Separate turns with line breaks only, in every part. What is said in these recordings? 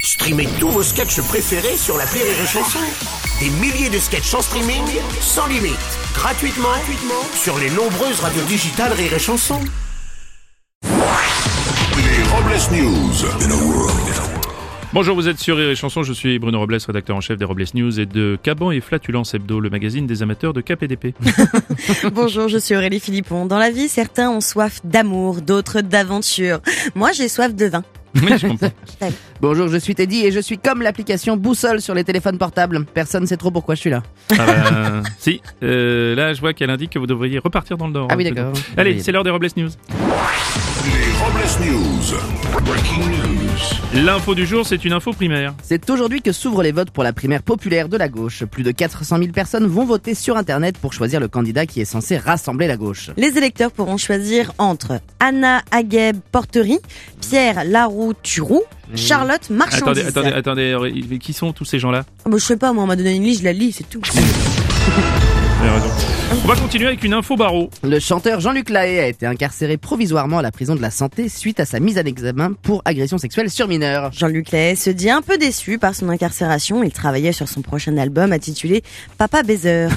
Streamez tous vos sketchs préférés sur la Rire et Chanson. Des milliers de sketchs en streaming, sans limite, gratuitement, gratuitement sur les nombreuses radios digitales Rire et Chanson.
Les Robles News. In a world.
Bonjour, vous êtes sur Rire et Chanson, je suis Bruno Robles, rédacteur en chef des Robles News et de Caban et Flatulence Hebdo, le magazine des amateurs de KPDP.
Bonjour, je suis Aurélie Philippon. Dans la vie, certains ont soif d'amour, d'autres d'aventure. Moi, j'ai soif de vin.
Oui, je comprends.
Bonjour, je suis Teddy et je suis comme l'application Boussole sur les téléphones portables. Personne sait trop pourquoi je suis là.
Ah bah, si, euh, là je vois qu'elle indique que vous devriez repartir dans le Nord.
Ah oui, d'accord.
Allez,
Oui.
c'est l'heure des Robles News.
Les Robles News. Breaking news.
L'info du jour, c'est une info primaire.
C'est aujourd'hui que s'ouvrent les votes pour la primaire populaire de la gauche. Plus de 400 000 personnes vont voter sur Internet pour choisir le candidat qui est censé rassembler la gauche.
Les électeurs pourront choisir entre Anna Agueb Porterie, Pierre Laroux-Turou, Charlotte Marchandis.
Mmh. Attendez, attendez, attendez, Aurélie, qui sont tous ces gens-là
Ah bah, je sais pas, moi, on m'a donné une liste, je la lis, c'est tout.
Vous avez raison. On va continuer avec une info barreau.
Le chanteur Jean-Luc Lahaye a été incarcéré provisoirement à la prison de la santé suite à sa mise à l'examen pour agression sexuelle sur mineur.
Jean-Luc Lahaye se dit un peu déçu par son incarcération. Il travaillait sur son prochain album intitulé Papa Baiser.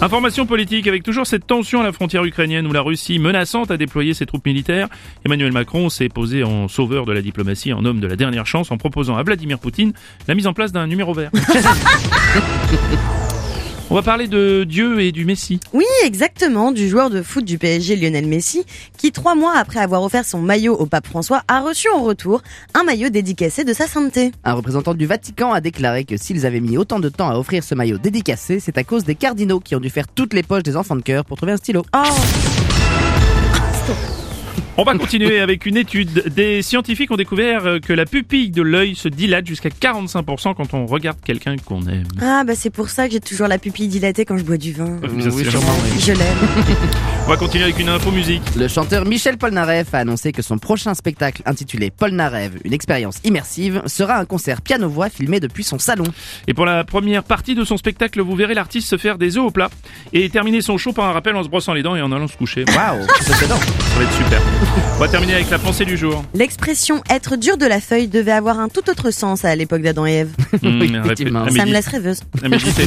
Information politique avec toujours cette tension à la frontière ukrainienne où la Russie menaçante a déployé ses troupes militaires. Emmanuel Macron s'est posé en sauveur de la diplomatie, en homme de la dernière chance, en proposant à Vladimir Poutine la mise en place d'un numéro vert. On va parler de Dieu et du Messie.
Oui, exactement, du joueur de foot du PSG Lionel Messi, qui trois mois après avoir offert son maillot au pape François, a reçu en retour un maillot dédicacé de sa sainteté.
Un représentant du Vatican a déclaré que s'ils avaient mis autant de temps à offrir ce maillot dédicacé, c'est à cause des cardinaux qui ont dû faire toutes les poches des enfants de cœur pour trouver un stylo.
Oh,
On va continuer avec une étude. Des scientifiques ont découvert euh, que la pupille de l'œil se dilate jusqu'à 45% quand on regarde quelqu'un qu'on aime.
ah bah c'est pour ça que j'ai toujours la pupille dilatée quand je bois du vin. Je l'aime.
On va continuer avec une info musique.
Le chanteur Michel Polnareff a annoncé que son prochain spectacle intitulé Polnareff, une expérience immersive, sera un concert piano-voix filmé depuis son salon.
Et pour la première partie de son spectacle, vous verrez l'artiste se faire des œufs au plat et terminer son show par un rappel en se brossant les dents et en allant se coucher.
Waouh,
Ça va être super. On va terminer avec la pensée du jour.
L'expression être dur de la feuille devait avoir un tout autre sens à l'époque d'Adam et Ève.
Mmh,
Oui,
à
effectivement.
répé- à
Ça me
médi-
laisse rêveuse.
à méditer.